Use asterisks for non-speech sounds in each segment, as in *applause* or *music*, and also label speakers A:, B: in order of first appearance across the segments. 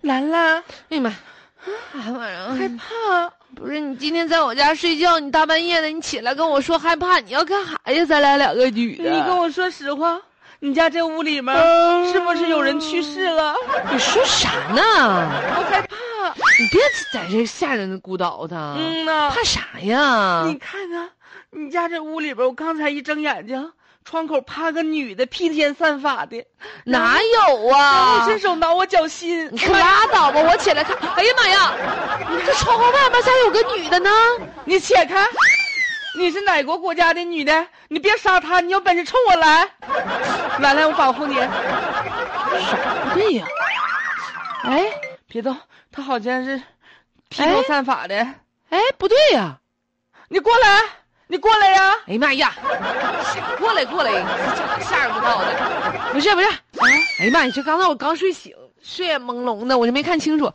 A: 兰兰，
B: 哎呀妈！哎晚上
A: 害怕？
B: 不是你今天在我家睡觉，你大半夜的，你起来跟我说害怕，你要干啥呀？咱俩两个女
A: 你
B: 的，
A: 跟我说实话，你家这屋里面
B: 嗯
A: 是不是有人去世了？
B: 你说啥呢？
A: 我害怕。
B: 你别在这吓人的鼓捣他，
A: 嗯呐，
B: 怕啥呀？
A: 你看看，你家这屋里边，我刚才一睁眼睛，窗口趴个女的，披肩散发的，
B: 哪嗯有
A: 然
B: 啊
A: 后？伸手挠我脚心
B: 你。可拉倒吧！我起来看，哎呀妈呀，你这窗户外面咋有个女的呢？
A: 你且开，你是哪国国家的女的？你别杀她，你有本事冲我来！兰兰，我保护你，
B: 不对呀，哎
A: 别动，她好像是披头散发的。
B: 哎，不对呀，
A: 你过来，你过来呀！
B: 哎呀妈呀，过来过来，吓人不到的，不是不是，哎呀妈呀，这刚才我刚睡醒，睡眼朦胧的，我就没看清楚，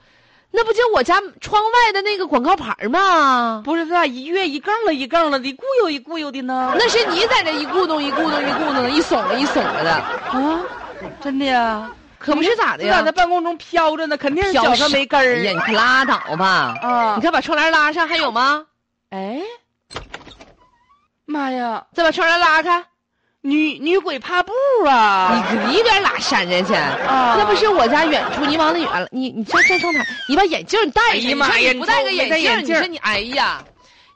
B: 那不就我家窗外的那个广告牌吗？
A: 不是，咱俩一跃一杠了，一杠了的，一咕悠一咕悠的呢。
B: 那是你在这一咕咚一咕咚一咕咚的，一耸了一耸了的，
A: 啊，真的呀？
B: 可不是咋的
A: 就在
B: 呀
A: 那？半空中飘着呢，肯定是
B: 飘
A: 脚上没根
B: 哎呀，
A: 儿
B: 你可拉倒吧！
A: 啊！
B: 你，看，把窗帘拉上，还有吗？
A: 哎，妈呀，
B: 再把窗帘拉开，
A: 女女鬼怕布啊！
B: 你你一边拉扇着去。
A: 啊，
B: 那不是我家远处，你往那远了，你你站站窗台，你把眼镜戴上。
A: 哎呀
B: 你说
A: 妈呀
B: 你不戴个
A: 你瞅我没戴
B: 镜儿，
A: 眼
B: 你
A: 镜儿
B: 说你哎呀，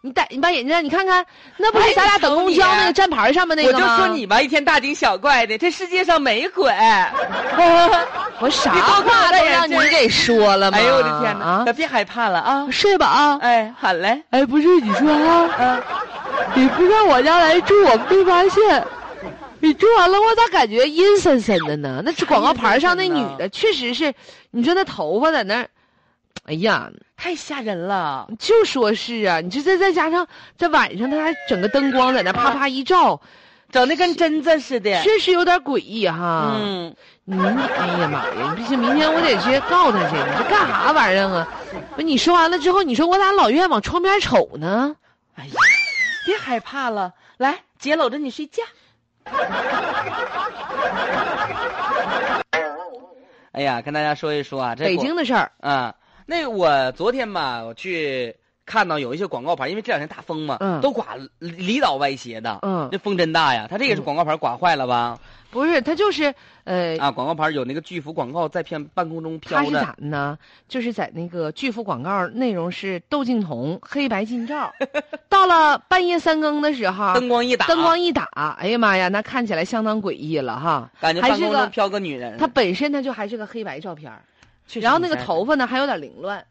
B: 你戴你把眼镜戴，你看看，那不
A: 哎
B: 是
A: 你
B: 咱俩等
A: 瞅
B: 公
A: 你啊
B: 交那个站牌上面那
A: 我
B: 个
A: 就
B: 吗？
A: 说你吧，一天大惊小怪的，这世界上没鬼。
B: *laughs* 我啥
A: 你都看我
B: 话
A: 戴
B: 都
A: 眼
B: 让你
A: 镜儿
B: 给说了吗？
A: 哎呦我的天哪！
B: 啊
A: 咱，别害怕了啊！
B: 睡吧啊！
A: 哎，好嘞，
B: 哎，不是你说啊，
A: 嗯，
B: 你不让我家来住，我没发现。你住完了，我咋感觉阴森森的呢？那是广告牌上那
A: 阴森
B: 女
A: 森的
B: 的，确实是，你说那头发在那儿，哎呀，
A: 太吓人了。
B: 就说是啊，你这再再加上这晚上，他还整个灯光在那啪啪一照，
A: 整的跟真子似的。
B: 确实有点诡异哈。
A: 嗯，
B: 你哎呀妈呀，你不行，明天我得去告他去。你这干啥玩意儿啊？不，你说完了之后，你说我咋老愿往窗边瞅呢？
A: 哎呀，别害怕了，来，姐搂着你睡觉。哎呀，跟大家说一说啊，这
B: 北
A: 我
B: 京的事儿，
A: 啊，那我昨天吧，我去看到有一些广告牌，因为这两天大风嘛，
B: 嗯
A: 都刮里里倒外斜的，
B: 嗯
A: 那风真大呀。它这个是
B: 嗯
A: 广告牌刮坏了吧？
B: 不是他就是，呃，
A: 啊，广告牌有那个巨幅广告在片半空中飘
B: 他是
A: 着，
B: 咋的呢？就是在那个巨幅广告内容是窦靖童黑白
A: *laughs*
B: 近照，到了半夜三更的时候，
A: 灯光一打，
B: 啊灯光一打，哎呀妈呀，那看起来相当诡异了哈。
A: 感觉
B: 还
A: 半
B: 是
A: 空
B: 个
A: 中飘个女人，
B: 他本身他就还是个黑白照片儿，
A: 确实
B: 然后
A: 嗯
B: 那
A: 你
B: 个
A: 猜
B: 头发呢还有点凌乱。